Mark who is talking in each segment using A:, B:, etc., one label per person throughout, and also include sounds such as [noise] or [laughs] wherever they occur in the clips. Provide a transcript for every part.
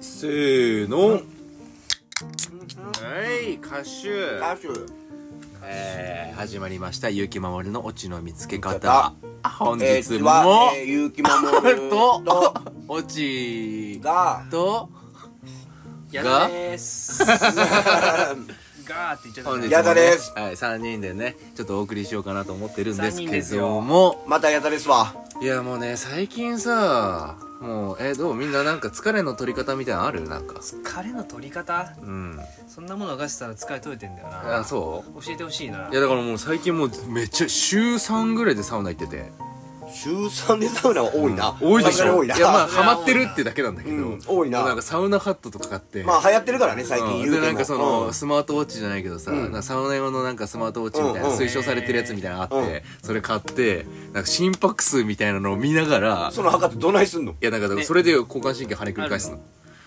A: せーの、
B: はい歌手
C: 歌手
B: えー、始まりました結城まもるのオチの見つけ
C: 見つけ方
B: 方本
C: え
B: 日
C: ー、
B: も、
C: は、えー、結城
B: [laughs]
C: 守
B: と
C: と
B: オチ
C: が
B: と
D: やだでーすガーって言っちゃった
B: 本日も、ね、
C: やだです
B: はい、3人でねちょっとお送りしようかなと思ってるんです
D: 三人
B: け
D: です
B: ど
D: よ
B: も
C: またやたですわ
B: いやもうね最近さもうえどうみんななんか疲れの取り方みたいなのあるなんか
D: 疲れの取り方
B: うん
D: そんなものがしてたら疲れ取れてんだよな
B: あそう
D: 教えてほしいない
B: やだからもう最近もうめっちゃ週3ぐらいでサウナ行ってて
C: 週3でサウナは多いな、
B: 多いでし
C: さすがに
B: ょ
C: 多
B: い
C: いな
B: やまあ
D: それは多
B: ハ
D: いな
B: マってるってだけなんだけど、
C: うん多いなん
B: かサウナハットとか買って
C: まあ流行ってるからね最
B: う
C: 近
B: ん
C: 言うて
B: で
C: も
B: なんかその、
C: うん
B: スマートウォッチじゃないけどさ、
C: うん
B: なんかサウナ用のなんかスマートウォッチみたいな、
C: うんうん
B: 推奨されてるやつみたいなのあって、それ買ってなんか心拍数みたいなのを見ながら
C: その測ってどないすんの
B: いやなんかだからそれで交感神経跳ねくり返すの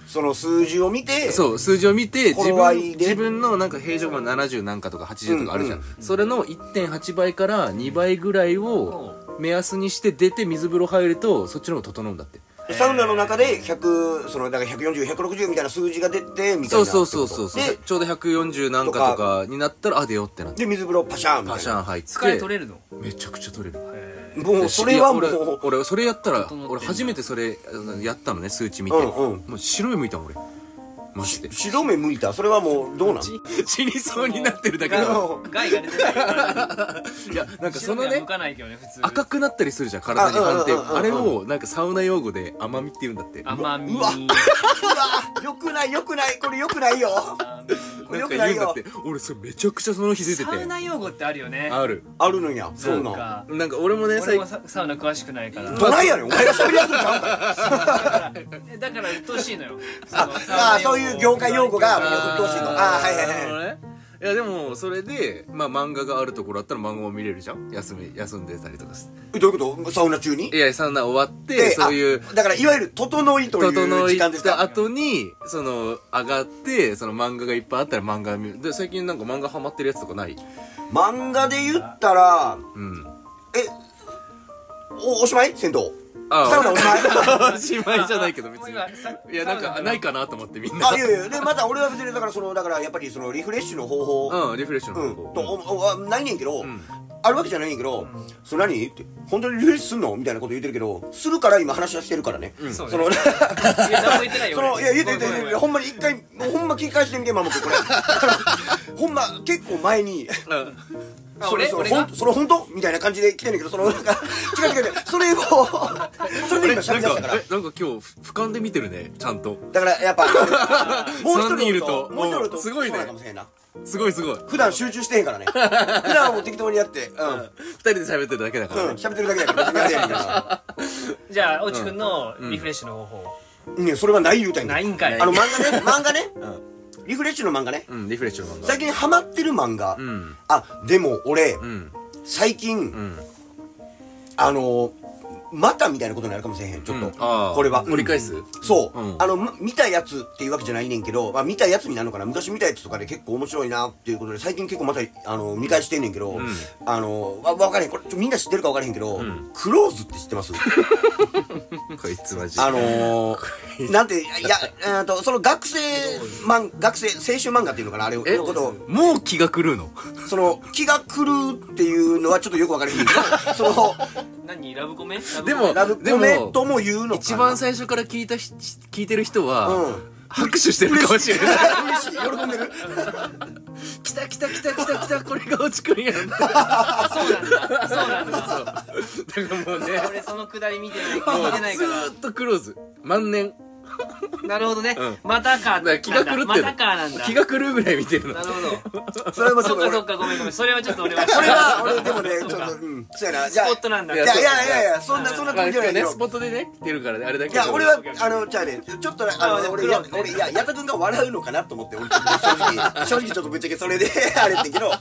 C: その数字を見てう
B: そう数字を見て自
C: 頃合い
B: 分
C: で
B: 自分のなんか平常が70なんかとか80とかあるじゃん、
C: うん
B: それの1.8倍から2倍ぐらいを目安にして出て水風呂入るとそっちの方が整うんだって
C: サウナの中で100そのだから140160みたいな数字が出てみたい
B: そ
C: な
B: うそうそうそうそう
C: で
B: ちょうど140なんかとかになったらあ出ようってなって
C: で水風呂パシャンみたいな
B: パシャン入って
D: 疲れ取れるの
B: めちゃくちゃ取れる
D: へ
C: もうそれは
B: い
C: も
B: や俺
C: う
B: 俺それやったら
D: 整ってんだ
B: 俺初めてそれあのやったのね数値見て、
C: うんうん
B: もう白い向いたもん俺マジで
C: 白目向いたそれはもうどうなの
B: 死にそうになってるだけ
D: ー
B: だ
C: う
D: ガイが出てない
B: いやなんかその
D: 白目は
B: ね
D: 向かないけどね普通
B: 赤くなったりするじゃん体に反転
C: あうんうんうんうん
B: あれをなんかサウナ用語で甘みって言うんだって
D: 甘み
C: [laughs] うわわよくないよくないこれよくないよ
D: 甘み
C: これ
B: な
C: よ
B: んか
C: くない
B: 言うんだっ
C: よ
B: て俺それめちゃくちゃその日出てて
D: サウナ用語ってあるよね
B: ある
C: あるのやそ
D: な
C: うんなん
D: か
B: なんか俺もね
D: 俺
B: 最
D: もササウナ詳しくないから
C: どないやねんお前が喋りやすいんちゃうんかい
D: えだから鬱陶しいのよ
C: [laughs] ああそういう業界用語が
D: あー
C: うっとうしいのああはいはいはい
B: いいやでもそれでまあ漫画があるところだったら漫画も見れるじゃん休み休んでたりとかして
C: えどういうことサウナ中に
B: いやサウナ終わってそういう
C: あだからいわゆる整いという
B: 整い
C: 時間で
B: し
C: す
B: た
C: か
B: 後にその上がってその漫画がいっぱいあったら漫画見るで最近なんか漫画ハマってるやつとかない
C: 漫画で言ったら
B: うん
C: えおおしまい銭湯
B: あ
C: サウナお [laughs] しまい
B: おしまいじゃないけど別に
D: もう今さ
B: いやなんかないかなと思ってみんな
C: あいやいやでまた俺は別にだからそのだからやっぱりそのリフレッシュの方法
B: うんリフレッシュ
C: う
B: の
C: ん、
B: 方
C: と
B: 法
C: おおあないねんけど、
B: ん
C: あるわけじゃないねんけど、それ何って本当にリフレッシュすんのみたいなこと言ってるけどするから今話はしてるからね、
D: そ
C: そう
D: ね
C: の
D: いや何も言ってないよ
C: そのい
D: 俺
C: や言うて言うて
D: ごめ
C: 言
D: ん
C: う
D: ご
C: てほんまに一回もうほんま聞き返してみてマモ君これ [laughs] ほんま結構前に
B: うん
D: あ
C: それ
D: 俺
C: それ
D: 俺
C: ほ
D: が
C: んそれ本当みたいな感じで来てんねんけどそのなんか違う違う違うそれを [laughs] それ
B: えなん
C: で今喋り出したか
B: からえなんか今日ふ俯瞰で見てるねちゃんと
C: だから
D: [laughs]
C: やっぱもう一人
B: 三人いると
C: もう一人いると
B: うんすごいね
C: そうなのかもしれんな
B: すごいすごい
C: 普段集中してへんからね普段はもう適当にやってうん
B: 二人で喋ってるだけだか
C: うん
B: らね
C: 喋ってるだけやから別にやれやんから
D: じゃあおちくんのリフレッシュの方法
C: ねそれはない言うたんや
D: ないんかい
C: あの漫画
D: [laughs]
C: ね漫画ねリフレッシュの漫画ね
B: うんリフレッシュの漫画
C: 最近ハマってる漫画
B: うん
C: あでも俺
B: うん
C: 最近
B: うん
C: あのまたみたいなことになるかもしれへんちょっと
B: うんあー
C: これは
B: 折り返す
C: そううんあのま見たやつっていうわけじゃないねんけどまあ見たやつになるのかな昔見たやつとかで結構面白いなっていうことで最近結構またあの見返してんねんけど
B: ん
C: あのわわからへんこれちょみんな知ってるかわからへんけど
B: ん
C: クローズって知って
B: [laughs]
C: ます
B: こいつマジ
C: あのー、なんて、いや、えーと、その学生漫、学生、青春漫画っていうのかな、あれの
B: え
C: ことを、
B: もう気が狂うの
C: その、気が狂うっていうのはちょっとよくわからへんけど、その、
D: 何ラブコメ
B: でも
C: ラブ
B: でも
C: コメとも言うのかな。
B: 一
C: [laughs]
B: 番最初から聞いたひ聞いてる人
C: う
B: は
C: ん
B: 拍手してるかもしれない
C: 嬉しい、喜んでる。
B: 来た来た来た来た来たこれが落ちくんやんそうだ
D: そうなんだそうなんだ
B: からもうね
D: 俺そのくだり見てない
B: も
D: 聞いうてない
B: ず
D: か
B: ーっとクローズ万年
D: らなるほどね
B: うん
D: また
B: だか
D: か
B: ら気が狂ってる
D: またかなんだ
B: 気が狂うぐらい見てるの
D: なるほ
C: それ
D: ど
C: もち
D: そ
C: ょっと
D: っか
C: 俺、
D: そっかごめんごめんそれはちょっと俺は
C: それは、俺、でもね、
D: そう
C: ちょ
D: か
C: っと、うん、そうやな、じゃあ、
D: スポットなんだ
C: いやいやいやいや、そんな、そんな
B: まあ
C: 感じじゃないけ
B: ね
C: ど
B: スポットでね来てるからねあれだけ
C: い
B: ど
C: や、俺は、あの、じゃあね、ちょっとね、あ
D: あで
C: の、
D: も
C: 俺、や
D: 苦労、ね
C: 俺、いや、矢田君が笑うのかなと思って、俺、ちょっと正直、正直ちょっとぶっちゃけそれで、 [laughs] あれってけど、
D: あ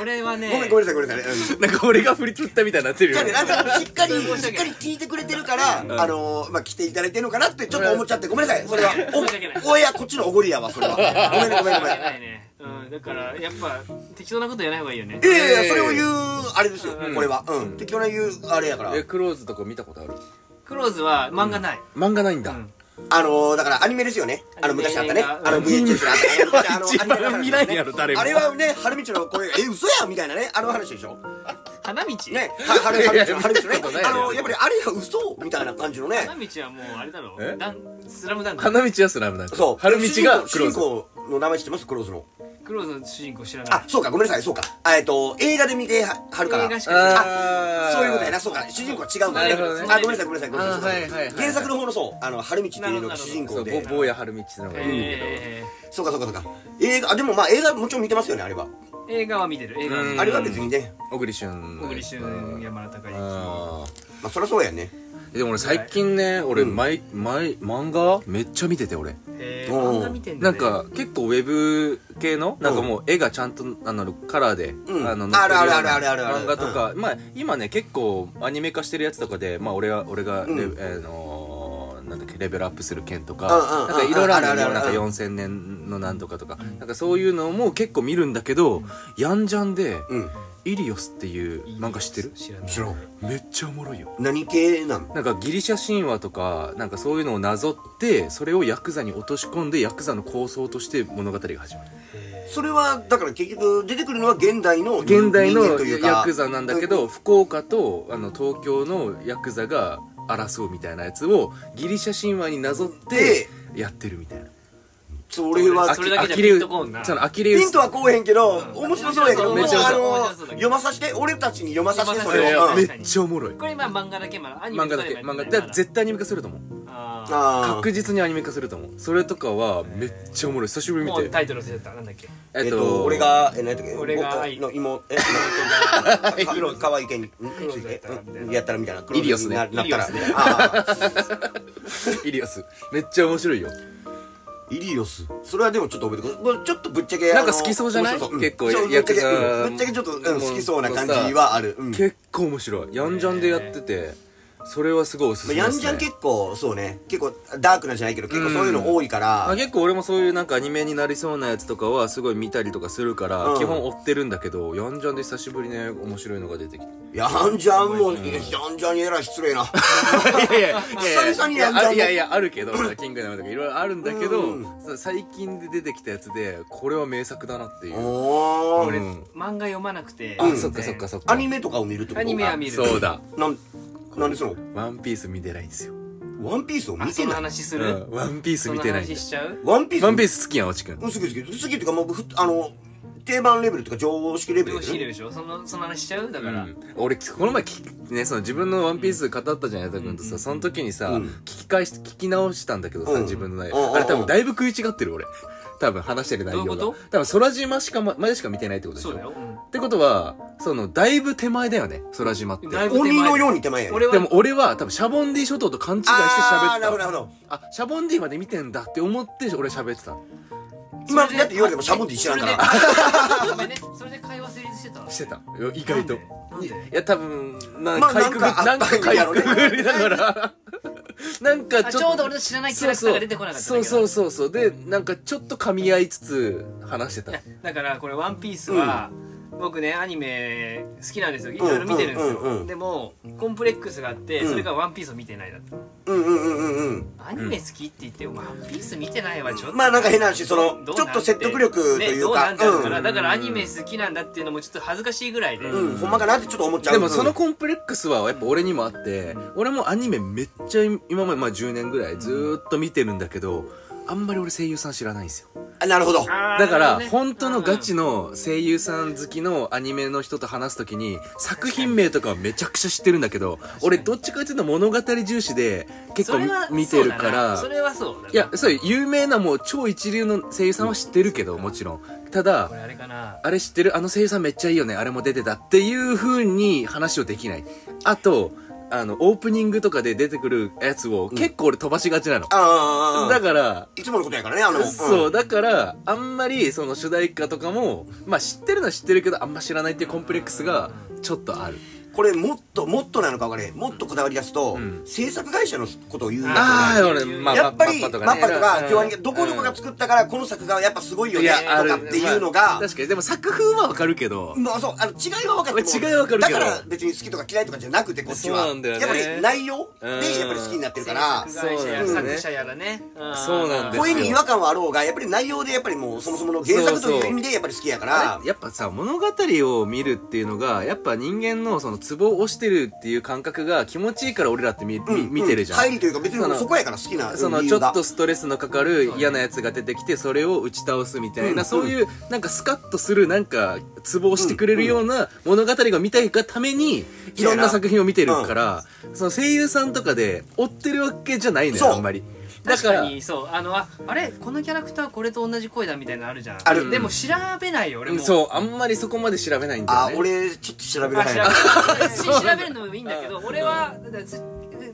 D: 俺はね
C: ごめん、ごめんなさい、ごめんなさい。うん
B: なんか俺が振り切ったみたいになってる
C: じゃ
B: よ
C: あね
B: ね
C: なんかしっかりしっかり聞いてくれてるから、あのー、まあ来ていただいてるのかなってちょっと思っちゃってごめんなさいそれは
D: 申し訳ない
C: おおいやこっちのおごりやわそれはごめんごめんごめん
D: 申し訳ないねうんだからやっぱ適当なことやない方がいいよね
C: いやいやいやそれを言うあれですよ、
D: うん
C: これはうん適当な言うあれやから
B: えクローズとか見たことある
D: クローズは漫画ない
B: 漫画ないんだ
D: うん
C: あのー、だからアニメですよね。あの、昔あったね。あ
D: ア
C: の、
D: ニメ
C: VHS のあの、昔あの、
B: 一番見ないやろ誰も
C: あれはね、春道の声、え、嘘やみたいなね、あの話でしょ。
D: 花道
C: ね、は春
B: いやい
C: 道
B: や
C: の、春道
B: 見たこと
C: ね
B: な。いよ
C: あの、やっぱりあれが嘘みたいな感じのね。
D: 花道はもうあれだろ
B: え
D: ダンスラムダンク
B: 花道はスラムダンク
C: そう。
B: 春道がク
C: 主
B: ロー
C: 人
B: ズ
C: 公主人公の名前知ってますクローズの。
D: クローズの主人公知らない
C: あ、そうか、ごめんなさい、そうか。あえっと、映画で見てははるから。
D: 映画しか
B: あー
C: そういうことやな、そうか、主人公は違うん
B: な
C: だね。
B: るほどね
C: あ、ごめんなさい、ごめんなさい、ごめんなさい。
B: あーはいはいはい
C: 原作の方のそう、あの、春道っていうのが主人
B: そ
C: 公
B: う
C: で
B: ぼ。坊や春道ってのがいいけ
D: え
C: そうか、そうか、そうか。映画、あでもまあ映画もちろん見てますよね、あれは。
D: ー映画は見てる映画は見て
B: うん
D: る
C: あれは別にね。
B: ど小栗旬
D: 小栗旬山田孝之
B: あ
C: まあそりゃそうやね。
B: ーでも俺最近ね俺毎毎漫画めっちゃ見てて俺
D: えー
C: おー
D: 漫画見てん
B: な
D: だ
B: ん
D: ね
B: か結構ウェブ系のなんかもう絵がちゃんとあのカラーで、
C: うん
B: あの
C: あるあるあ
B: 載ってよう
C: る
B: な
C: あるあるある
B: 漫画とか、まあ今ね結構アニメ化してるやつとかでまあ俺は俺がレ、
C: うん
B: あのーなんだっけレベルアップする剣とか、
C: うんうん
B: なんかいろいろある
C: あ
B: の
C: るあるあ
B: よ
C: る
B: なんか4000年のなんとかとか、なんかそういうのも結構見るんだけど、ヤンジャンで、
C: うん。
B: イリオスっていう漫画知ってる
D: 知らない
C: 知らん。
B: めっちゃおもろいよ
C: 何系なん
B: なんかギリシャ神話とかなんかそういうのをなぞってそれをヤクザに落とし込んでヤクザの構想として物語が始まる
C: それは、だから結局出てくるのは現代の人
B: 現代
C: 人間
B: の
C: というか
B: ヤクザなんだけど福岡とあの東京のヤクザが争うみたいなやつをギリシャ神話になぞってやってるみたいな
C: それは
D: あそれだけじゃ
B: アキレウ
D: ピンとこんな
B: そのアキレウ
C: ヒン
B: ス
C: トはこうへんけど、面白そうやけど、
B: めっちゃ面白そう
C: もうあ
D: 面
C: の
D: 白そうだけど
C: 読まさせて、俺たちに読まさせて、そ
D: いやい
C: れ
D: や
C: を。うん
B: めっちゃおもろい
D: これ今漫画だけまだアニメ
B: 漫画だけ漫画だから絶対アニメ化すると思う
D: あ
C: あー
B: 確実にアニメ化すると思うそれとかはめっちゃおもろい久しぶ
D: あ
B: りに
D: も
B: 見
D: う
B: て
D: タイトル忘れちゃったなんだっけ
B: え
C: えっと、俺が、え、何やったっけ
D: 俺が
C: 僕
D: 愛
C: の妹、え、妹が、 [laughs] 黒、可愛い系に、黒い系うんやったらみたいな。
B: イリオスね
C: ななったら
D: イリオスね。
C: あー
B: イリアスめっちゃ面白いよ
C: イリオス。それはでもちょっと覚えてください。ちょっとぶっちゃけ。
B: なんか好きそうじゃない
C: あの面白そうん
B: 結構
C: そうぶっ
B: ヤ
C: ち
B: ク
C: ゃけ
B: ザ
C: うんぶっちゃけちょっと、うん
B: もう
C: 好きそうな感じはある。うん。
B: 結構面白いヤンジャンでやっててそれはすごいおすすめです
C: ヤ
B: ね
C: ンジャン結構、そうね。結構、ダークなんじゃないけど、結構そういうの多いから。
B: まあ、結構俺もそういうなんかアニメになりそうなやつとかはすごい見たりとかするから、
C: うん
B: 基本追ってるんだけどやんじゃんで久しぶりにね面白いのが出てきて
C: ヤンジャンも、いやヤンジャンにえらい
B: [laughs]
C: 失礼な。
B: いやいや
C: 久々にやんじゃんも
B: いやいやあるけど「キングダム」とかいろいろあるんだけど、
C: うん
B: さ最近で出てきたやつでこれは名作だなっていう、
C: お
B: う
C: ー。
B: ん
D: 漫画読まなくて
B: あそっかそっかそっか
C: アニメとかを見るってこと
D: アニメは見る
B: そうだ
C: なん、なんでその、
B: 「ワンピース見てないんですよ、
C: ワンピースを
D: あ
C: 見
D: そ
C: て
D: の
C: ない。
D: 話す
B: う
D: る
B: ん、ワンピース
D: そ
B: 見
D: の
B: てないん
D: 話
B: で
D: しちゃう
C: ワンピース
B: ワンピース好きやんおちくん
C: うん、好き好き。好きっていうか、もう、ふあの、定番レベルっていうか、常識レベル
D: 両
C: で
D: 親
C: す
D: いる
C: ね。
D: でしょそのその話しちゃうだから、
B: 俺この前聞きねその自分の「ワンピース語ったじゃん矢田君とさその時にさ、
C: うん
B: 聞き返し聞き直したんだけどさ、
C: うん
B: 自分の内
C: うんうんう
B: 容
C: ん
B: あれ多分だいぶ食い違ってる俺多分話してる内容が
D: どういうこ
B: 多分空島しかままでしか見てないってことでし
D: そうだ
B: ょ
D: よ、
B: ってことはそのだいぶ手前だよね空島って
D: だいぶ
C: 鬼のように手前やね。
D: 俺は
B: でも俺は多分シャボンディ諸島と勘違いして
C: あ
B: 喋
C: ー、
B: っ
C: なるほど、な
B: て
C: るほど。
B: たあシャボンディまで見てんだって思って俺喋ってたの
C: 今、だって言われてもシャボンって一緒やんから。
B: [laughs]
D: らごめんねそれで会話成立してた
B: してたいや意外と
D: なんでなんで
B: いや多分な
C: ま
B: ん
C: あ
B: かかいくぐ
C: なんか
B: なんかかい
C: あったんやろね
B: くぐりなが
C: [laughs]
B: らなんか
D: あ
B: ち
D: ち
B: ょ
D: ょ
B: っと
D: うど俺の知らないキャラクターが出てこなかった
B: そうそうそうそうそうでなんかちょっと噛み合いつつ話してた
D: だけどだからこれ「ワンピースは、僕ねアニメ好きなんですよい
C: ん
D: ろいろ見てるんですよ、
C: うんうん
D: でもコンプレックスがあって、
C: うん
D: それが「ワンピースを見てないだった
C: うんうんうんうんうん。
D: アニメ好きって言って「ワンピース見てないわちょっと
C: まあ、なんか変な話、その、
D: どう
C: ち
D: な
C: ょ
D: ん
C: ってと説得力と
D: ね
C: い
D: ど
C: う
D: う
C: か、
D: なんてあるから、
C: うん
D: だからアニメ好きなんだっていうのもちょっと恥ずかしいぐらいで、
C: うん、ほんまかなってちょっと思っちゃう。
B: でもその
C: うん
B: コンプレックスはやっぱ俺にもあって俺もアニメめっちゃ今までまあ10年ぐらいずーっと見てるんだけどあんまり俺声優さん知らないんですよ
C: あなるほど。
B: だから本当のガチの声優さん好きのアニメの人と話すときに作品名とかはめちゃくちゃ知ってるんだけど俺どっちかっていうと物語重視で結構み見てるから
D: それはそうだない
B: やそう有名なもう超一流の声優さんは知ってるけどもちろんただ
D: これあれかな
B: あれ知ってるあの声優さんめっちゃいいよねあれも出てたっていう風に話をできないあとあのオープニングとかで出てくるやつを結構俺飛ばしがちなの、
C: あ
B: だ
C: あ、
B: から
C: いつものことやからね、あの、ん
B: そう、だから、あんまり、その主題歌とかも、まあ知ってるのは知ってるけど、あんま知らないっていうコンプレックスが、ちょっとある。
C: これもっともっとなのか分かれへんもっとこだわり出すと、
B: ん
C: 制作会社のことを言うんだけど
B: ああ俺まあ
C: やっぱりマ
B: マッパ
C: ッ
B: と
C: パ
B: か
C: と
B: ね
C: か
B: うん
C: 京アニがどこどこが作ったからこの作画はやっぱすごいよねとかっていうの
B: ま
C: が
B: あ確かにでも作風はわかるけど
C: まあそうあの違いは分かっても
B: 違いは分かるけど
C: だから別に好きとか嫌いとかじゃなくてこっちは
B: そうなんだよね
C: やっぱり内容で
B: うん
C: やっぱり好きになってるから
D: 制作会社や
C: そ
D: ら
B: よ
C: うなんだ
D: 作者やらねん
B: そうなんですよ
C: 声に違和感はあろうがやっぱり内容でやっぱりもうそもそもの原作という意味でやっぱり好きやから
B: あれやっぱさ物語を見るっていうのがやっぱ人間のそのツボを押してるっていう感覚が気持ちいいから俺らって見,み、
C: うん
B: 見てるじゃん、
C: 入りというか別にそこやから好きな
B: その
C: 理
B: ちょ
C: 由が
B: っとストレスのかかる嫌なやつが出てきてそれを打ち倒すみたいな、
C: うん
B: そういうなんかスカッとするなんかツボをしてくれるような物語が見たいがためにいろんな作品を見てるから、その声優さんとかで追ってるわけじゃないの
C: そう
B: よあんまりだ
D: 確
B: か
D: からにそうあのああれこのキャラクターこれと同じ声だみたいなのあるじゃん
C: ある
D: でも調べないよ俺も
B: そうあんまりそこまで調べないんだよ
C: あ
B: ね
C: 俺ちょっと調べる
D: あ
C: 派やな
D: 調べ [laughs] 調べるのもいいんだけど俺はだからつ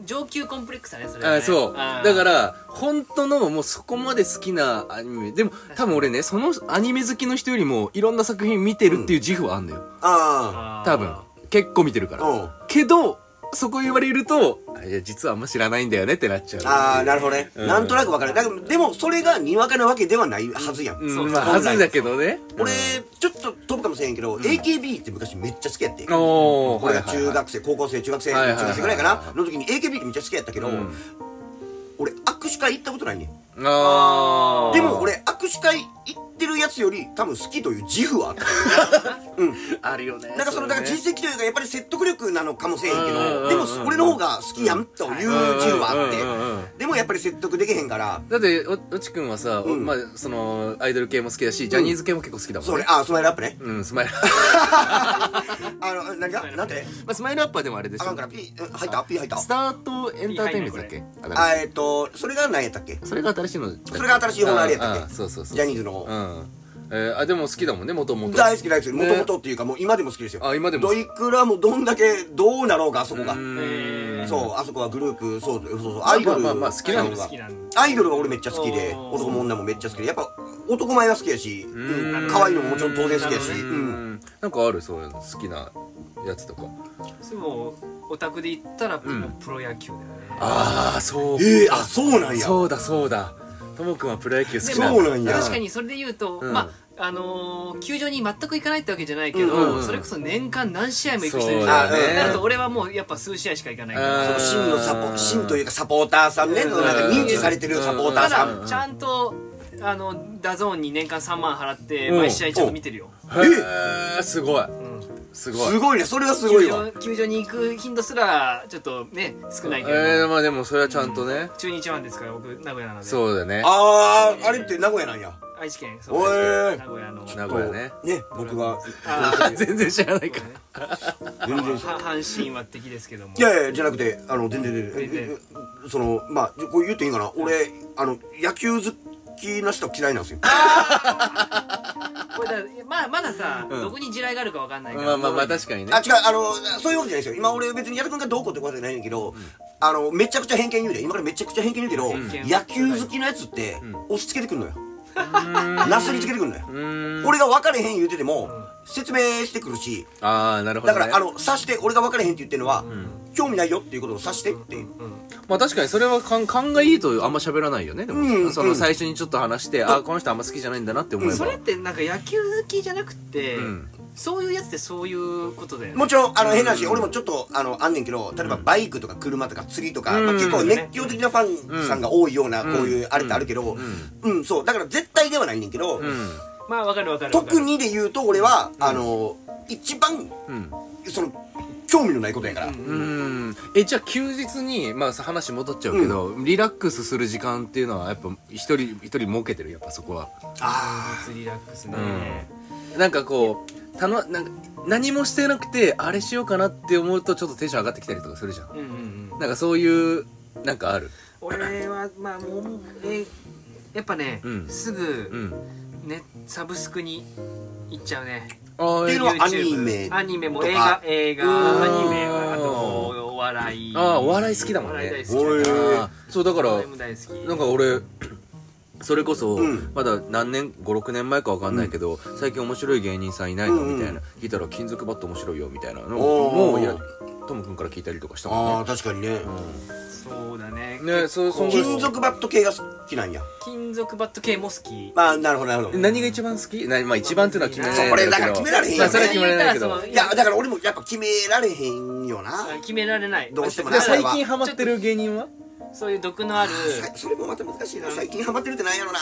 D: 上級コンプレックスだねそれはね
B: あそう
D: あー
B: だから本当のもうそこまで好きなアニメでも多分俺ねそのアニメ好きの人よりもいろんな作品見てるっていう自負はあんのよ、
C: あ
D: あー
B: 多分結構見てるから、
C: うん
B: けどそこ言われるとあいや実はあんま知らないんだよねってなっちゃう
C: ああなるほどね、
B: うん
C: なんとなく分かるだからでもそれがにわかなわけではないはずやん、
B: う
D: そうん
B: まあはずだけどね
C: 俺ちょっと飛ぶかもしれんけど、AKB って昔めっちゃ好きやって
B: うんおお
C: 俺が中学生高校生中学生中学生ぐらいか
B: はいはい
C: な
B: はい
C: の時に AKB ってめっちゃ好きやったけど、
B: うん
C: 俺握手会行ったことないねん
B: あー
C: でも俺握手会行ってるやつより多分好きという自負はあった
B: [laughs] あるよね
C: なんかそのだから
B: れね
C: 実績というかやっぱり説得力なのかもしれへんけ
B: うんうんうんう
C: ど
B: ん
C: でも俺の方が好きやんという自負はあ
B: うんうんうんうん
C: ってでもやっぱり説得できへんから
B: だっておおちくんはさ、お
C: うん
B: まあそのアイドル系も好きだしジャニーズ系も結構好きだもん
C: それ
B: ね、
C: あスマイルアップね
B: うんスマイル
C: あの何がなんて
B: [laughs] まあスマイルアップはでもあれでし
C: あか
B: ょ
C: んからピー入ったピー入った
B: スタートエンターテインメントだっけあだから
C: あえっとそれが何やったっけ
B: それが新しいのだっけ
C: それが新しい方のあれやったっけ
B: ああそうそうそう
C: ジャニーズの方
B: うんえーあでも好きだもんねもともと
C: 大好き大好き
B: ね
C: もともとっていうかもう今でも好きですよ
B: あ今でも
C: どいくらもどんだけどうなろうがあそこが
D: えー
C: そうあそこはグループそうそうそうアイドル
B: まあまあまあ好きなの
D: 好
C: は
D: きなんだ
C: アイドルは俺めっちゃ好きで
D: おー
C: 男も女もめっちゃ好きでやっぱ男前は好きやしうん可愛いのももちろん当然好きやし
D: なるほ
B: う
D: ど
C: うん
B: んなんかあるそういうの好きなやつとか
D: でもオタクで言ったらもうプロ野球だよね
B: ああそう
C: ええあそうなんや
B: そうだそうだともくんはプロ野球好きな
C: そうなんや
D: 確かにそれで言うと、
B: うん
D: まああのー球場に全く行かないってわけじゃないけど、
B: うんうんうん
D: それこそ年間何試合も行く人い
B: そ
D: る
B: う
D: じゃん
B: だ
C: あうん
D: なる
B: ね
D: と俺はもうやっぱ数試合しか行かないか
B: う
D: ら
B: ん
C: その真のサポ真というかサポーターさんね
D: うん
C: そのなんか認知されてるサポータ
D: た
C: ーさ
D: だ
C: ん
D: ちゃんとあのダゾーンに年間3万払って
B: うん
D: 毎試合ちゃんと見てるよ、
B: えすごい
D: うん
B: すごい
C: すごいねそれはすご
D: 球
C: いわ
D: 場球場に行く頻度すらちょっとね少ないけど、
B: えーまあでもそれはちゃんとね
D: 中日ワンですから僕名古屋なので
B: そうだね
C: あーあれって名古屋なんや
D: 愛知県そ
C: お
D: う
C: え
D: 名古屋の
B: 名古屋ね
C: ね僕は
D: あー
B: 全然知 [laughs] らないか
D: そうね
C: 全然
D: は阪神は敵ですけども
C: いやいやじゃなくてあの全然全然
D: 全然
C: そのまあこう言っていいんかな俺あの野球好きな人嫌いなんですよ
D: これだまあまださ、
B: うん
D: どこに地雷があるかわかんないから
B: まあまあまあ確かにね
C: あ違うあのそういうことじゃないですよ今俺別に矢田君がどうこうってことじゃないんだけど、あのめちゃくちゃ偏見言うで今からめちゃくちゃ偏見言うけど、
D: 偏見
C: 野球好きなやつって、押し付けてくんのよなすりつけてくんのよ
B: うん
C: 俺が分かれへん言うてても、説明してくるし
B: ああなるほど
C: だ
B: ね
C: から、あの察して俺が分かれへんって言ってるのは、興味ないよっていうことを察してって、
B: まあ確かにそれは勘勘がいいとあんま喋らないよねでも、
C: うん
B: その最初にちょっと話して、あこの人あんま好きじゃないんだなって思えば、
D: それってなんか野球好きじゃなくて、
B: ん
D: そういうやつってそういうことだよね
C: もちろん、あの、変な話、俺もちょっと、あの、あんねんけど、例えばバイクとか車とか釣りとか、
B: うん
C: まあ結構熱狂的なファンさんが多いような、こういうあれってあるけど、うん、そう。だから絶対ではないねんけど
B: う、ん
D: まあわかるわかるわかる
C: 特にで言うと、俺は、あの、一番、
B: うん
C: その、興味のないことやから。
B: うんえじゃあ休日にまあさ話戻っちゃうけど、リラックスする時間っていうのはやっぱ一人一人設けてるやっぱそこは
C: あ
D: リラックスね、
B: なんかこうたのなんか何もしてなくてあれしようかなって思うとちょっとテンション上がってきたりとかするじゃん
D: うん、うんうん
B: なんかそういうなんかある
D: 俺はまあもうえやっぱね、
B: うん
D: す
B: う
D: ぐ、
B: ん
D: ね、サブスクに行っちゃうね
B: あー
C: っていうのはアニメ
D: アニメも
C: と
D: 映
C: か
D: 画映画
B: うーん
D: アニメはあとお笑い
B: あーお笑い好きだもんね
D: お笑い大好
C: お
D: き
C: い
D: だから
B: あーそうだか
D: お
B: ら
D: 笑いも大好き
B: なんか俺それこそ、
C: うん
B: まだ何年56年前かわかんないけど、最近面白い芸人さんいないの
C: うんうん
B: みたいな聞いたら「金属バット面白いよ」みたいなの
C: おー
B: もういやトム君から聞いたりとかした
C: あ
B: もん
C: あ
B: ね
C: 確かにね、
D: そうだね
B: ね
D: 結
B: そうそ
D: 構
B: う
C: 金属バット系が好きなんや
D: 金属バット系も好き
C: まあなるほどなるほど
B: 何が一番好きな、まあ、一番っていうのは決められないんだけど
C: そうこれだから決められへんよね
B: まあ、それは決められないけ
D: そ
B: ど
D: れ言
C: い
D: ったら
C: や
D: その
C: だから俺もやっぱ決められへんよな
D: 決められない
C: どうしても
B: で
C: な
B: 最近ハマってる芸人は
D: そういう毒のある
C: さそれもまた難しいな最近ハマってるってなんやろな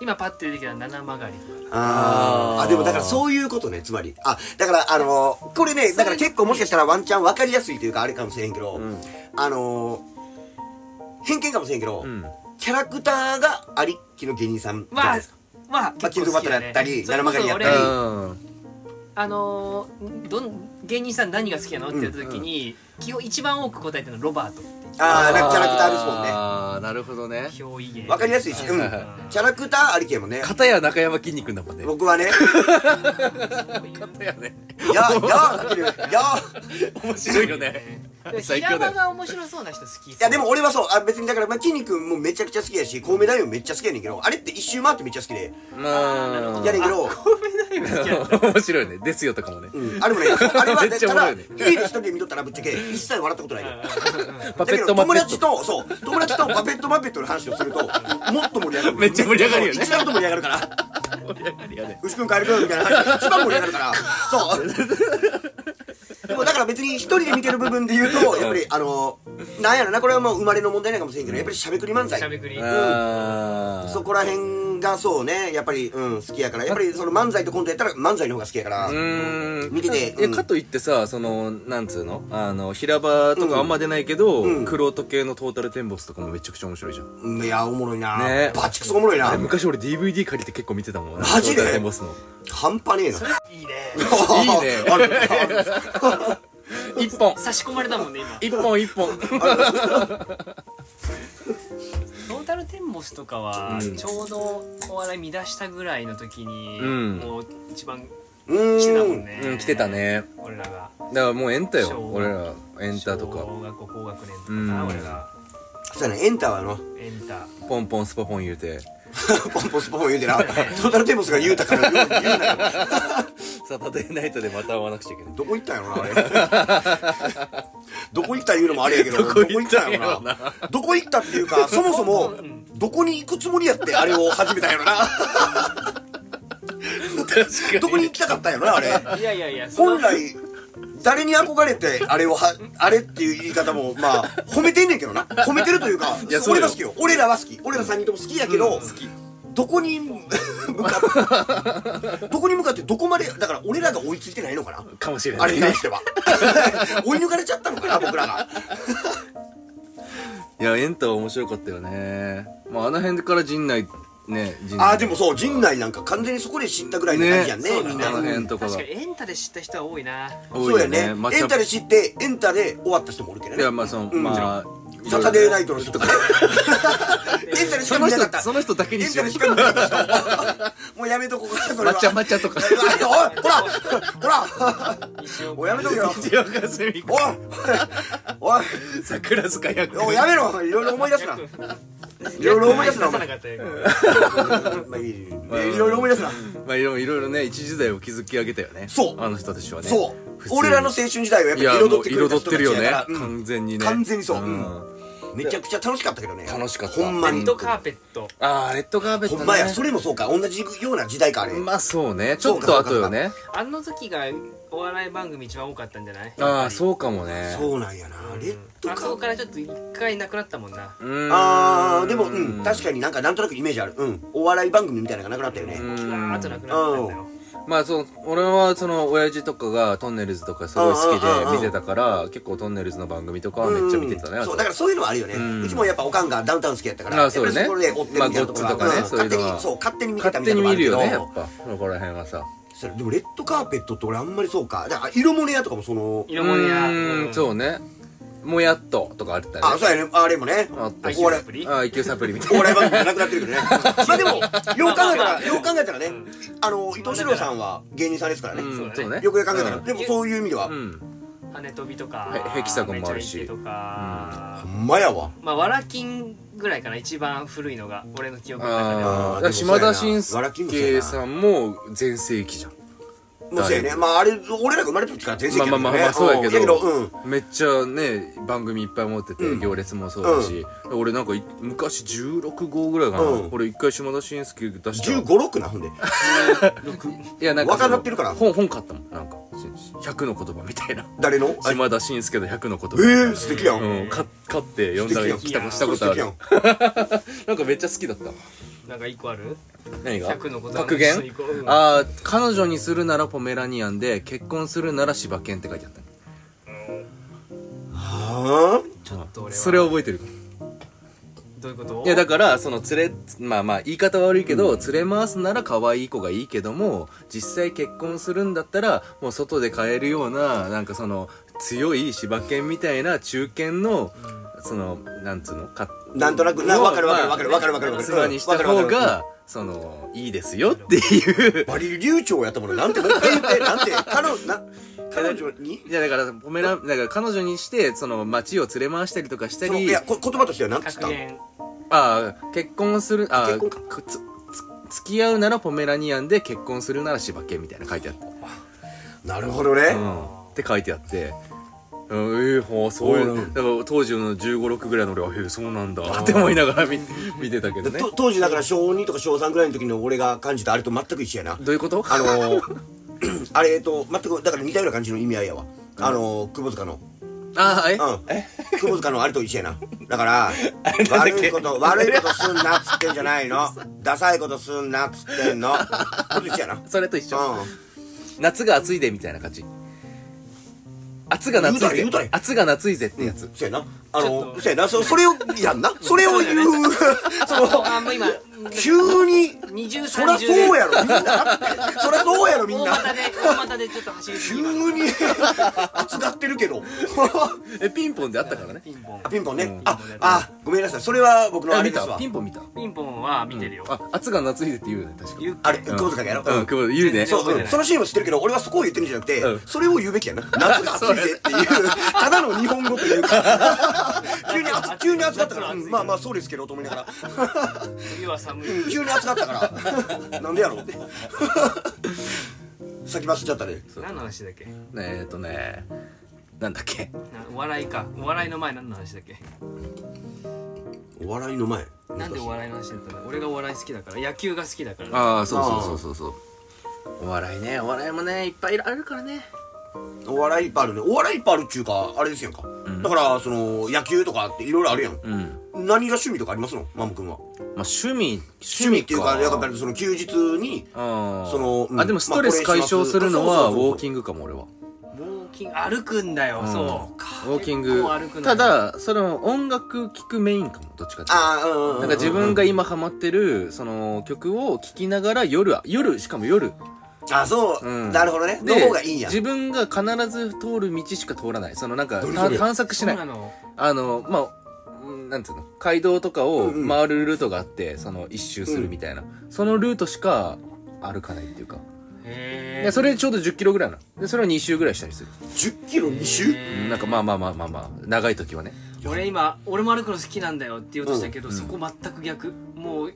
D: 今パッて出てきた七曲りとか
C: あーあでもだからそういうことねつまりあだからあのーこれねだから結構もしかしたらワンチャン分かりやすいというかあれかもしれへんけど、
B: ん
C: あのー偏見かもしれんけど、
B: うん
C: キャラクターがありきの芸人さんじゃない
D: は
C: ですか、
D: まあ
C: まあ金
D: 結
C: 属
D: 構
C: バッ
D: 好き
C: ト
D: だ
C: だったり
D: ね
C: 七曲りやったり
D: それこそ俺
B: うん
D: あのーどん芸人さん何が好きなのって言った時に今日一番多く答えてるのはロバート
C: ああなんかキャラクターあるもんね
B: ああなるほどね
D: 憑依芸
C: 分かりやすいし、うん、キャラクターありきやもんね
B: 片や中山筋肉だもんね
C: 僕はね
B: 片やね
C: 「や」「や」ってる「や」
B: 面白いよね
D: でも
B: 最強
D: 平
B: だ
D: 場
B: よ
D: が面白そうな人好きい
C: いやでも俺はそうあ別にだから、まあ、筋肉もめちゃくちゃ好きやしコウメ太夫もめっちゃ好きやねんけどあれって一周回ってめっちゃ好きで
B: まあ
C: やねんけど
B: [laughs] 面白いねですよとかもね
C: うん、あれ
B: [laughs]
C: もね、あれは
B: め
C: だ
B: っちゃ
C: か
B: おもろ
C: ら、
B: いね
C: 家で一人で見とったらぶっちゃけ、一切笑ったことないよ。
B: パ
C: だ
B: ペ
C: け
B: ット
C: ど
B: マペッ
C: 友達
B: ト
C: と、そう、友達とパペットマペットの話をすると、もっと盛り上がる。
B: めっちゃ盛り上がるよね
C: 一番と盛り上がるから、
B: やね
C: 牛くん帰るくんみたいな話、一番盛り上がるから、そう。でもだから別に一人で見てる部分で言うと、やっぱりあの、なんやろな、これはもう生まれの問題なんかもしれんけど、やっぱりしゃべくり漫才
D: しゃ。べくり
B: あ
C: そ
B: ー
C: こら辺がそうね、やっぱり、うん、好きやから、やっぱりその漫才とコントやったら漫才の方が好きやから
B: う、ーん
C: 見てて
B: え
C: うん
B: かといってさそのなんつうのあの平場とかあんま出ないけど、
C: うん
B: クロート系のトータルテンボスとかもめちゃくちゃ面白いじゃん
C: うんいや、おもろいな
B: ね
C: バチクソおもろいな
B: あれ昔俺 DVD 借りて結構見てたもん
C: マジ
B: トータ
C: で
B: ルテンボスの
C: 半端ねえな。
D: いいね
B: い
C: [laughs]
B: いね
C: あるある
B: 一本
D: 差し込まれたもんね今
B: 一本一 [laughs] 本
D: トータルテンボスとかは、
B: うん
D: ちょうどお笑い見出したぐらいの時に、
B: うん
D: もう一番
C: う
D: 来てた
C: ー
D: もん
C: ん。
D: ね、
B: うん来てたね
D: 俺らが
B: だからもうエンタよ
D: 小
B: 俺らエンタとか
D: 小学校高学年とかか
B: う
D: な、
B: ん
D: 俺ら
C: そうやね、エンターはあの、 [laughs]
D: エンタ
B: ポンポンスポポン言うて
C: ポンポンスポンポン言う [laughs] てな、トータルテンボスが言うたから言う言うなよ。
B: サタデーナイトでまた会わなくちゃいけない
C: どこ行ったんやろな、あ [laughs] れ。どこ行った言うのもあれやけど、
B: どこ行ったんやろな
C: どこ行ったんやろなどこ行ったっていうか、そもそも、どこに行くつもりやって、あれを始めたんやろな。
B: 確かに
C: [laughs] どこに行きたかったんやろな、あれ。
D: いやいや
B: [laughs]
D: いやその
C: 本来、誰に憧れて、あれをは、あれっていう言い方も、まあ、褒めてんねんけどな。褒めてるというか、
B: いやそう
C: 俺
B: よ
C: は好きよ。俺らは好き。俺ら3人とも好きやけど、どこに向かって、どこに向かってどこまで、だから俺らが追いついてないのかな
B: かもしれ
C: あ
B: な
C: れ
B: い
C: に
B: ね
C: 関しては。追い抜かれちゃったのかな、僕らが。
B: いやエンタは面白かったよねまああの辺から陣内ね陣内
C: ああ、でもそう、陣内なんか完全にそこで知ったぐらいの感じやんね、
D: そうだね
C: みん
B: あ
C: な
B: の
C: が。
B: 辺とか
D: 確
B: が
D: かにエンタで知った人は多いな
C: そうやね。
B: まあ
C: エンタで知って、エンタで終わった人もおるけど
B: い
C: ね。
B: やまあその、
C: ん
B: まあ
C: サタデーナイトの人とか。 [laughs] エンタでし
B: そ
C: か
B: の
C: 見なかっ
B: 人
C: た。
B: その人だけに
C: エン
B: し
C: タ
B: よ
C: でし
B: う
C: か見なかった人。もうやめとこうか、それは。
B: 抹茶抹茶
C: [laughs]
B: とか
C: おい、ほらほら
D: 一応
C: もうやめとけよ。
B: 千代川澄子
C: おいおい
B: 桜塚役
C: おいやめろいろいろ思い出すな。いろいろ思い出す
D: [laughs]
C: な、お
D: 出さ
C: 前
D: な。かったよ
C: まあいいいいいろいろ思い出すな。
B: まあいろいろね一時代を築き上げたよね
C: そう
B: あの人たちはね
C: そう
B: 普。通に
C: 俺らの青春時代をや
B: い
C: っぱり
B: や
C: 彩
B: も
C: っ
B: う
C: てくれた
B: 彩っ
C: 人
B: て
C: たち
B: るよ
C: や
B: ね
C: から、うん
B: 完全にね
C: 完全にそう。
B: う
C: うん
B: ん
C: めちゃくちゃ楽しかったけどね。
B: 楽しかった
C: ほんま
D: レ
C: に
D: ッ。ドカーペット
B: ああレッドカーペット
C: ほ
B: ね
C: んまや、それもそうか。同じような時代か、あれ。
B: まあそうねちょっと後よね
D: あの時がお笑い番組一番多かったんじゃない
B: ああ
D: う
B: そうかもね
C: そうなんやな。レッド
D: あ
C: カ
D: そこ
C: ー。
D: からちょっと一回なくなったもんな
B: うーん
C: あー、でも、うん、確かになんかなんとなくイメージある。うん。お笑い番組みたいなのがなくなったよね。
D: キラーっとなくなったんだよ
B: まあそう俺はその親父とかがトンネルズとかすごい好き
C: うんうんうんうん
B: で見てたから結構トンネルズの番組とかはめっちゃ見てたね
C: うんそう
B: あと
C: だからそういうのはあるよね、うんちもやっぱおかんがダウンタウン好きやったから
B: あ
C: や
B: あ
C: っぱ
B: そう
C: り
B: よね
C: そこで追ってるみたいなところが
B: まあ
C: うん
B: ごっつとかね
C: 勝
B: そ
C: 手
B: ういうのは
C: にそう勝手に見てた
B: 勝手に
C: みたいなとこあ
B: 見
C: る
B: る
C: け
B: よ
C: ど
B: ねやっぱそこら辺はさ
C: それでもレッドカーペットって俺あんまりそうかだから色物屋とかもその
D: 色物や
B: うーんそうねもやっととかあったね
C: あそうやねあれもね
B: あったし
C: お笑い
D: アプリ
B: あ IQ サプリみたい
C: お
B: な
C: 笑い番組なくなってるけど
B: [laughs]
C: ねまあでもよう考えたらよう考えたらねあの伊藤四郎さんは芸人さんですからね、
B: うん
D: そうだね
B: そうね
C: よくよく考えたら、
B: うん
C: でもそういう意味では、
B: うん
D: 姉飛びとか、
B: へヘキサゴンもあるし
D: めちゃイケとか、
C: ほんまやわ
D: まあわらきんぐらいかな一番古いのが俺の記憶の中では
B: あ
C: あー
B: あ
C: でもそう
B: 島
C: やな
B: 田紳介さんも全盛期じゃん
C: もうそうやねまああれ俺らが生まれた時から全盛期
B: ま
C: や
B: あ
C: け
B: ま
C: ど
B: あ
C: ね
B: まあまあそうやけど
C: うん
B: めっちゃね番組いっぱい持ってて、
C: うん
B: 行列もそうだし、俺なんかい昔16号ぐらいかな、
C: うん
B: 俺一回島田紳介出した
C: 1 5 6なほんで
B: [laughs] いやなんか
C: 若なってるから
B: 本本買ったもんなんか100の言葉みたいな
C: 誰のあえ
B: 島田紳介の100の言葉
C: えー、素敵やん、
B: うん、か買って読んだり
C: 素敵
B: 来
D: や
B: た
D: ん
B: したこと
C: 素
B: あ
C: 敵
B: る
C: やん
B: なんかめっちゃ好きだった
D: なんか一個ある
B: 何が
D: 100の言葉
B: 格言
D: の一個うん
B: ああ彼女にするならポメラニアンで結婚するなら柴犬って書いてあった
C: は
D: ちょっと俺は
B: それ覚えてるか
D: どういうこと
B: いやだからその連れまあまあ言い方悪いけど、連れ回すなら可愛い子がいいけども実際結婚するんだったらもう外で買えるようななんかその強い柴犬みたいな中堅のそのなんつうのか
C: あなんとなくなわかるわかるわかるわかるわかるわかる
B: ツアにした
C: わ
B: 方
C: かるわか
B: がそのいいですよっていう
C: [laughs] るバリ流暢やったものなんてもう一回言ってなん
B: [laughs]
C: て彼女な彼女に
B: いやだからポメラだから彼女にしてその街を連れ回したりとかした
C: そのい
B: り
C: やこ言葉としては何つった
D: 格
C: の
D: 言
B: ああ結婚するあ
C: 結婚か
B: くつつ付き合うならポメラニアンで結婚するなら柴犬みたいな書いてあった、
C: なるほどね、
B: うん、って書いてあってうんええほうそういう
C: う
B: だから当時の1 5 6ぐらいの俺は「へえそうなんだ」って思いながら見見てたけどね
C: と当時だから小2とか小3ぐらいの時の俺が感じたあれと全く一緒やな
B: どういうこと
C: あのー [coughs] あれと全くだから似たような感じの意味合いやわあのー窪塚の
B: ああえ、
C: うん窪塚のあれと一緒やな
B: [laughs]
C: だから悪いこと悪いことすんなっつってんじゃないのダサいことすんなっつってんのこと一緒やなう
B: それと一緒、
C: ん
B: 夏が暑いでみたいな感じ暑が夏い
C: 言
B: ぜ
C: うたら言うたら
B: 暑が夏いぜってやつ、
C: そうやなあ
D: ちょ
C: の
D: っと
C: そうやなそそれをやんなそれを言う
B: [laughs]
C: その
D: あもう今
C: 急に
D: 二重
C: そりゃ
D: 三重で
C: そうやろみん
B: [laughs]
C: なそりゃそうやろみん
D: 大
C: な
D: 股で大股でちょっと走りす
C: 急
D: ぎま
C: に [laughs] 扱ってる
B: [laughs]
C: けど
B: えピンポンであったからね
D: ピンポン
C: あピンポンね、
B: うん
C: ああごめんなさいそれは僕のあ
B: あ
C: れ
B: 見
C: です
B: た
C: わ
B: ピンポン見た
D: ピンポンは見てるよ、
B: あ暑が夏いでって言うよね確か
D: 言う
C: あれ久保塚がやろ
B: うん、久保言うね
C: そう、
D: 覚えて
C: う、
D: なんい
C: そのシーンも知ってるけど俺はそこを言ってるんじゃなくて、
B: うん
C: それを言うべきやな夏が暑いぜっていうただの日本語というか急に暑急に暑かったから、
D: 夏が暑い
C: うんまあまあそうですけどと思いながら
D: 冬は寒い
C: 急に暑かったからなんでやろうって先走っちゃったね
D: 何の話だっけな
B: ねえーっとねなんだっけ
D: お笑いかお笑いの前何の話だっけ
C: お笑いの前
D: なんでお笑いの話だったの俺がお笑い好きだから野球が好きだから
B: ああそうそうそうそうそうお笑いねお笑いもねいっぱいあるからね
C: お笑いいっぱいあるねお笑いいっぱいあるっちゅうかあれですやんか、だからその野球とかっていろいろあるやん、
B: うん
C: 何が趣味とかありますのマム君
B: ま
C: は
B: あ趣味
C: 趣味っていうかやっぱ
B: り
C: りその休日に
B: そ
C: そのうん
B: あでもストレス
C: まあこれ
B: 解
C: し
B: 消
C: ます
B: するのは
C: そ
B: ウ
C: うそうそうそう
B: ォーキングかも俺は
D: ウォーキング歩くんだよ、
B: うん
D: そうか
B: ウォーキン
D: 結
B: グ
D: 構歩くの
B: ただそれは音楽聴くメインかもどっちかっていうと
C: ああうんうんうん
B: なんか自分が今ハマってるその曲を聴きながら夜夜しかも夜
C: あそう、
B: うん
C: なるほどね
B: で
C: の方がいいんや
B: 自分が必ず通る道しか通らないそのなんか
C: どれ
B: た
C: それ
B: 探索し
D: そう
B: ない
D: なの
B: あのまあうんなんていうの街道とかを
C: うんうん
B: 回るルートがあって、その一周するみたいな、そのルートしか歩かないっていうか、
D: へ
B: い
D: え
B: やそれちょうど1 0キロぐらいなのでそれを2周ぐらいしたりする、
C: 10キロ2周
B: なんかまあまあまあまあまあ長い時はね
D: 俺今俺も歩くの好きなんだよって言おうとしたけど、そこ全く逆もう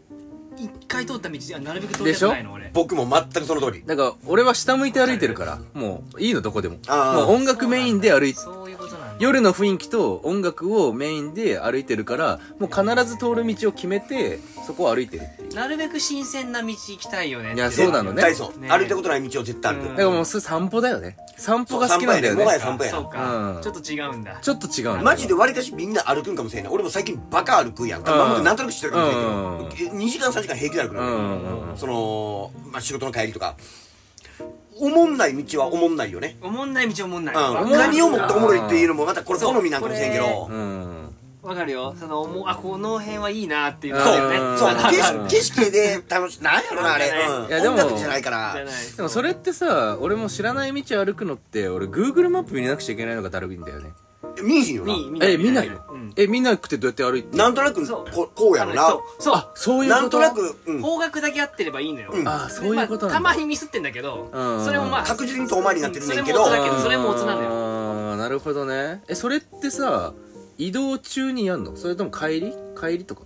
D: 一回通った道あなるべく通りたくないの俺
C: 僕も全くその通り
B: だから俺は下向いて歩いてるからもういいのどこでも
C: あー
B: もう音楽メインで歩いて
D: そういうことなんだ
B: 夜の雰囲気と音楽をメインで歩いてるからもう必ず通る道を決めてそこを歩いてるっていう
D: なるべく新鮮な道行きたいよねって
B: いやそうなのね
C: 絶対そう、
D: ね
C: 歩いたことない道を絶対歩く、
D: うん
B: だからもうそれ散歩だよね散歩が好きなんだよ
C: そう散歩やねもはや
B: ね
C: 散歩やな
D: そうか、
B: うん
D: ちょっと違うんだ
B: ちょっと違うの
C: マジで割かしみんな歩くんかもしれない俺も最近バカ歩くやんか、
B: うん
C: まあ僕なんとなく知ってるかもしれないけど、2時間3時間平気で歩く
B: う
C: の、
B: んうんうん
C: その、まあ、仕事の帰りとかおもんない道はおもんないよね、
D: おもんない道おもんない、わか
C: う
D: る
C: ん、
B: ない
C: 何をもっておもろいっていうのもまたこれ好みなんかもしれんけ
D: そう
C: ど
D: こ
B: うん
D: わかるよそのおもあこの辺はいいなっていうの
C: そう
D: があるよね
C: そう
B: うん
C: 景色景色で楽しいなんやろなあれ、うん、
B: いやでも
C: 音楽じゃないから
D: じゃない
B: でもそれってさ俺も知らない道歩くのって俺 Google マップ見なくちゃいけないのがだるいんだよね
C: 見えへんよな
D: 見
B: え見ないの
D: うん
B: え見なくてどうやって歩いて
C: なんとなく
D: そう
C: ここうやろな
D: そうそう
B: あそういうこと
C: なんとなく、うん、
D: 方角だけ合ってればいいのよ、
C: うん
B: あそういうこと
D: ま
B: な
D: あた
B: ん
D: ま
B: だ
D: にミスってんだけど、
B: うん
D: それもまあ
C: 確実に遠回りになってるねんけ
D: そ
C: ど
D: れも大人だけどそれも大人だよ
B: あーなるほどねえそれってさ移動中にやんのそれとも帰り帰りとか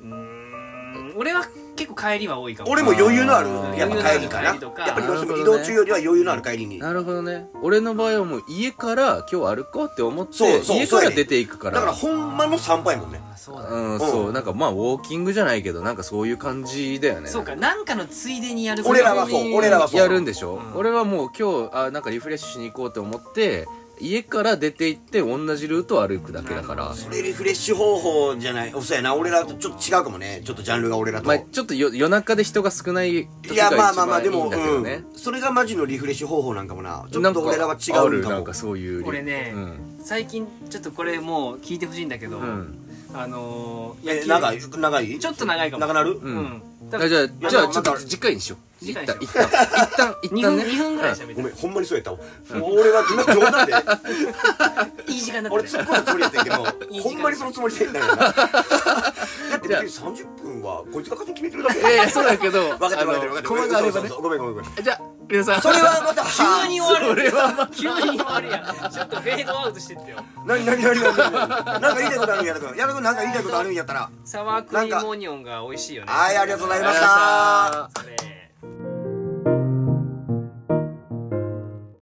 D: うーん俺は結構帰りは多いかも
C: 俺も余裕のあ
B: あー
C: るやっぱ帰りかな
D: 余裕のある帰りとか
C: やっぱりどうしても移動中よりは余裕のある帰りにだ
B: なるほどね俺の場合はもう家から今日歩こうって思って
C: そうそう
B: 家
C: そう
B: か
C: や
B: ら
C: ね
B: 出ていくから
C: からほんまの参拝もんね
D: あそうだ、ね
B: うん、
C: ん
B: そうなんかまあウォーキングじゃないけどなんかそういう感じだよね
D: そうかなんかのついでにやる
C: 俺らはそう俺らはそう
B: やるんでしょ、
D: うん
B: 俺はもう今日あなんかリフレッシュしに行こうと思って家から出て行って同じルートを歩くだけだから、
D: なるほど
C: それリフレッシュ方法じゃないおそうやな俺らとちょっと違うかもねちょっとジャンルが俺らと、
B: まあちょっとよ夜中で人が少ない時が
C: いや
B: 一
C: まあまあまあ
B: 番い
C: で
B: い
C: も
B: んだけどね、
C: うん、それがマジのリフレッシュ方法なんかもなちょ
B: な
C: っ
B: んか
C: と俺らは違
B: あ
C: う
B: る
C: んか
B: なん
C: も
B: かそういう理
D: 俺ね
B: うん
D: 最近ちょっとこれもう聞いてほしいんだけど、
B: うん
D: あのー、
C: え
D: 野球
C: 長い長い
D: ちょっと長いかも
C: 長な
B: う、
C: る
D: うんん、だか
B: あ
D: ら
B: じゃあ
C: や
B: じゃあ
C: まあ
B: ちょっ
C: ま
B: と
C: あ
B: 次回にしよう
D: 次
B: 一
D: 回
B: 旦
D: に
B: 一旦一
D: [laughs]
B: 旦一
D: 2
B: 旦
D: 分
B: ね
D: ,2 分ぐらい
B: うん
D: 喋
C: ご
D: っ
C: めんほんまにそうやったわ、俺は今冗談で
D: ていい時間だ
C: 俺
D: った
C: 突
D: ね
C: っ込むつもりやったんやけ
D: い
C: ど
D: い時間
C: ほんまにそのつもりでいったんやなだって別に30分はこいつが勝手に決めてるだけ
B: いやいやそうだけど
C: [laughs] 分かってる分かってる分かってる
B: 駒があればね
C: そうそうそうごめんごめんごめん
B: じゃあ皆さん
C: それはまた
D: 急に終わ
B: それ
D: る
B: は [laughs] ま
D: 急に終わるやんちょっとフェードアウトしてってよ
C: 何何何何何なんか言いたいことあるんや矢田君矢田君なんか言いたいことあるんやったら
D: サワークリームオニオンが美味しいよね
C: はいありがとうございました
D: それ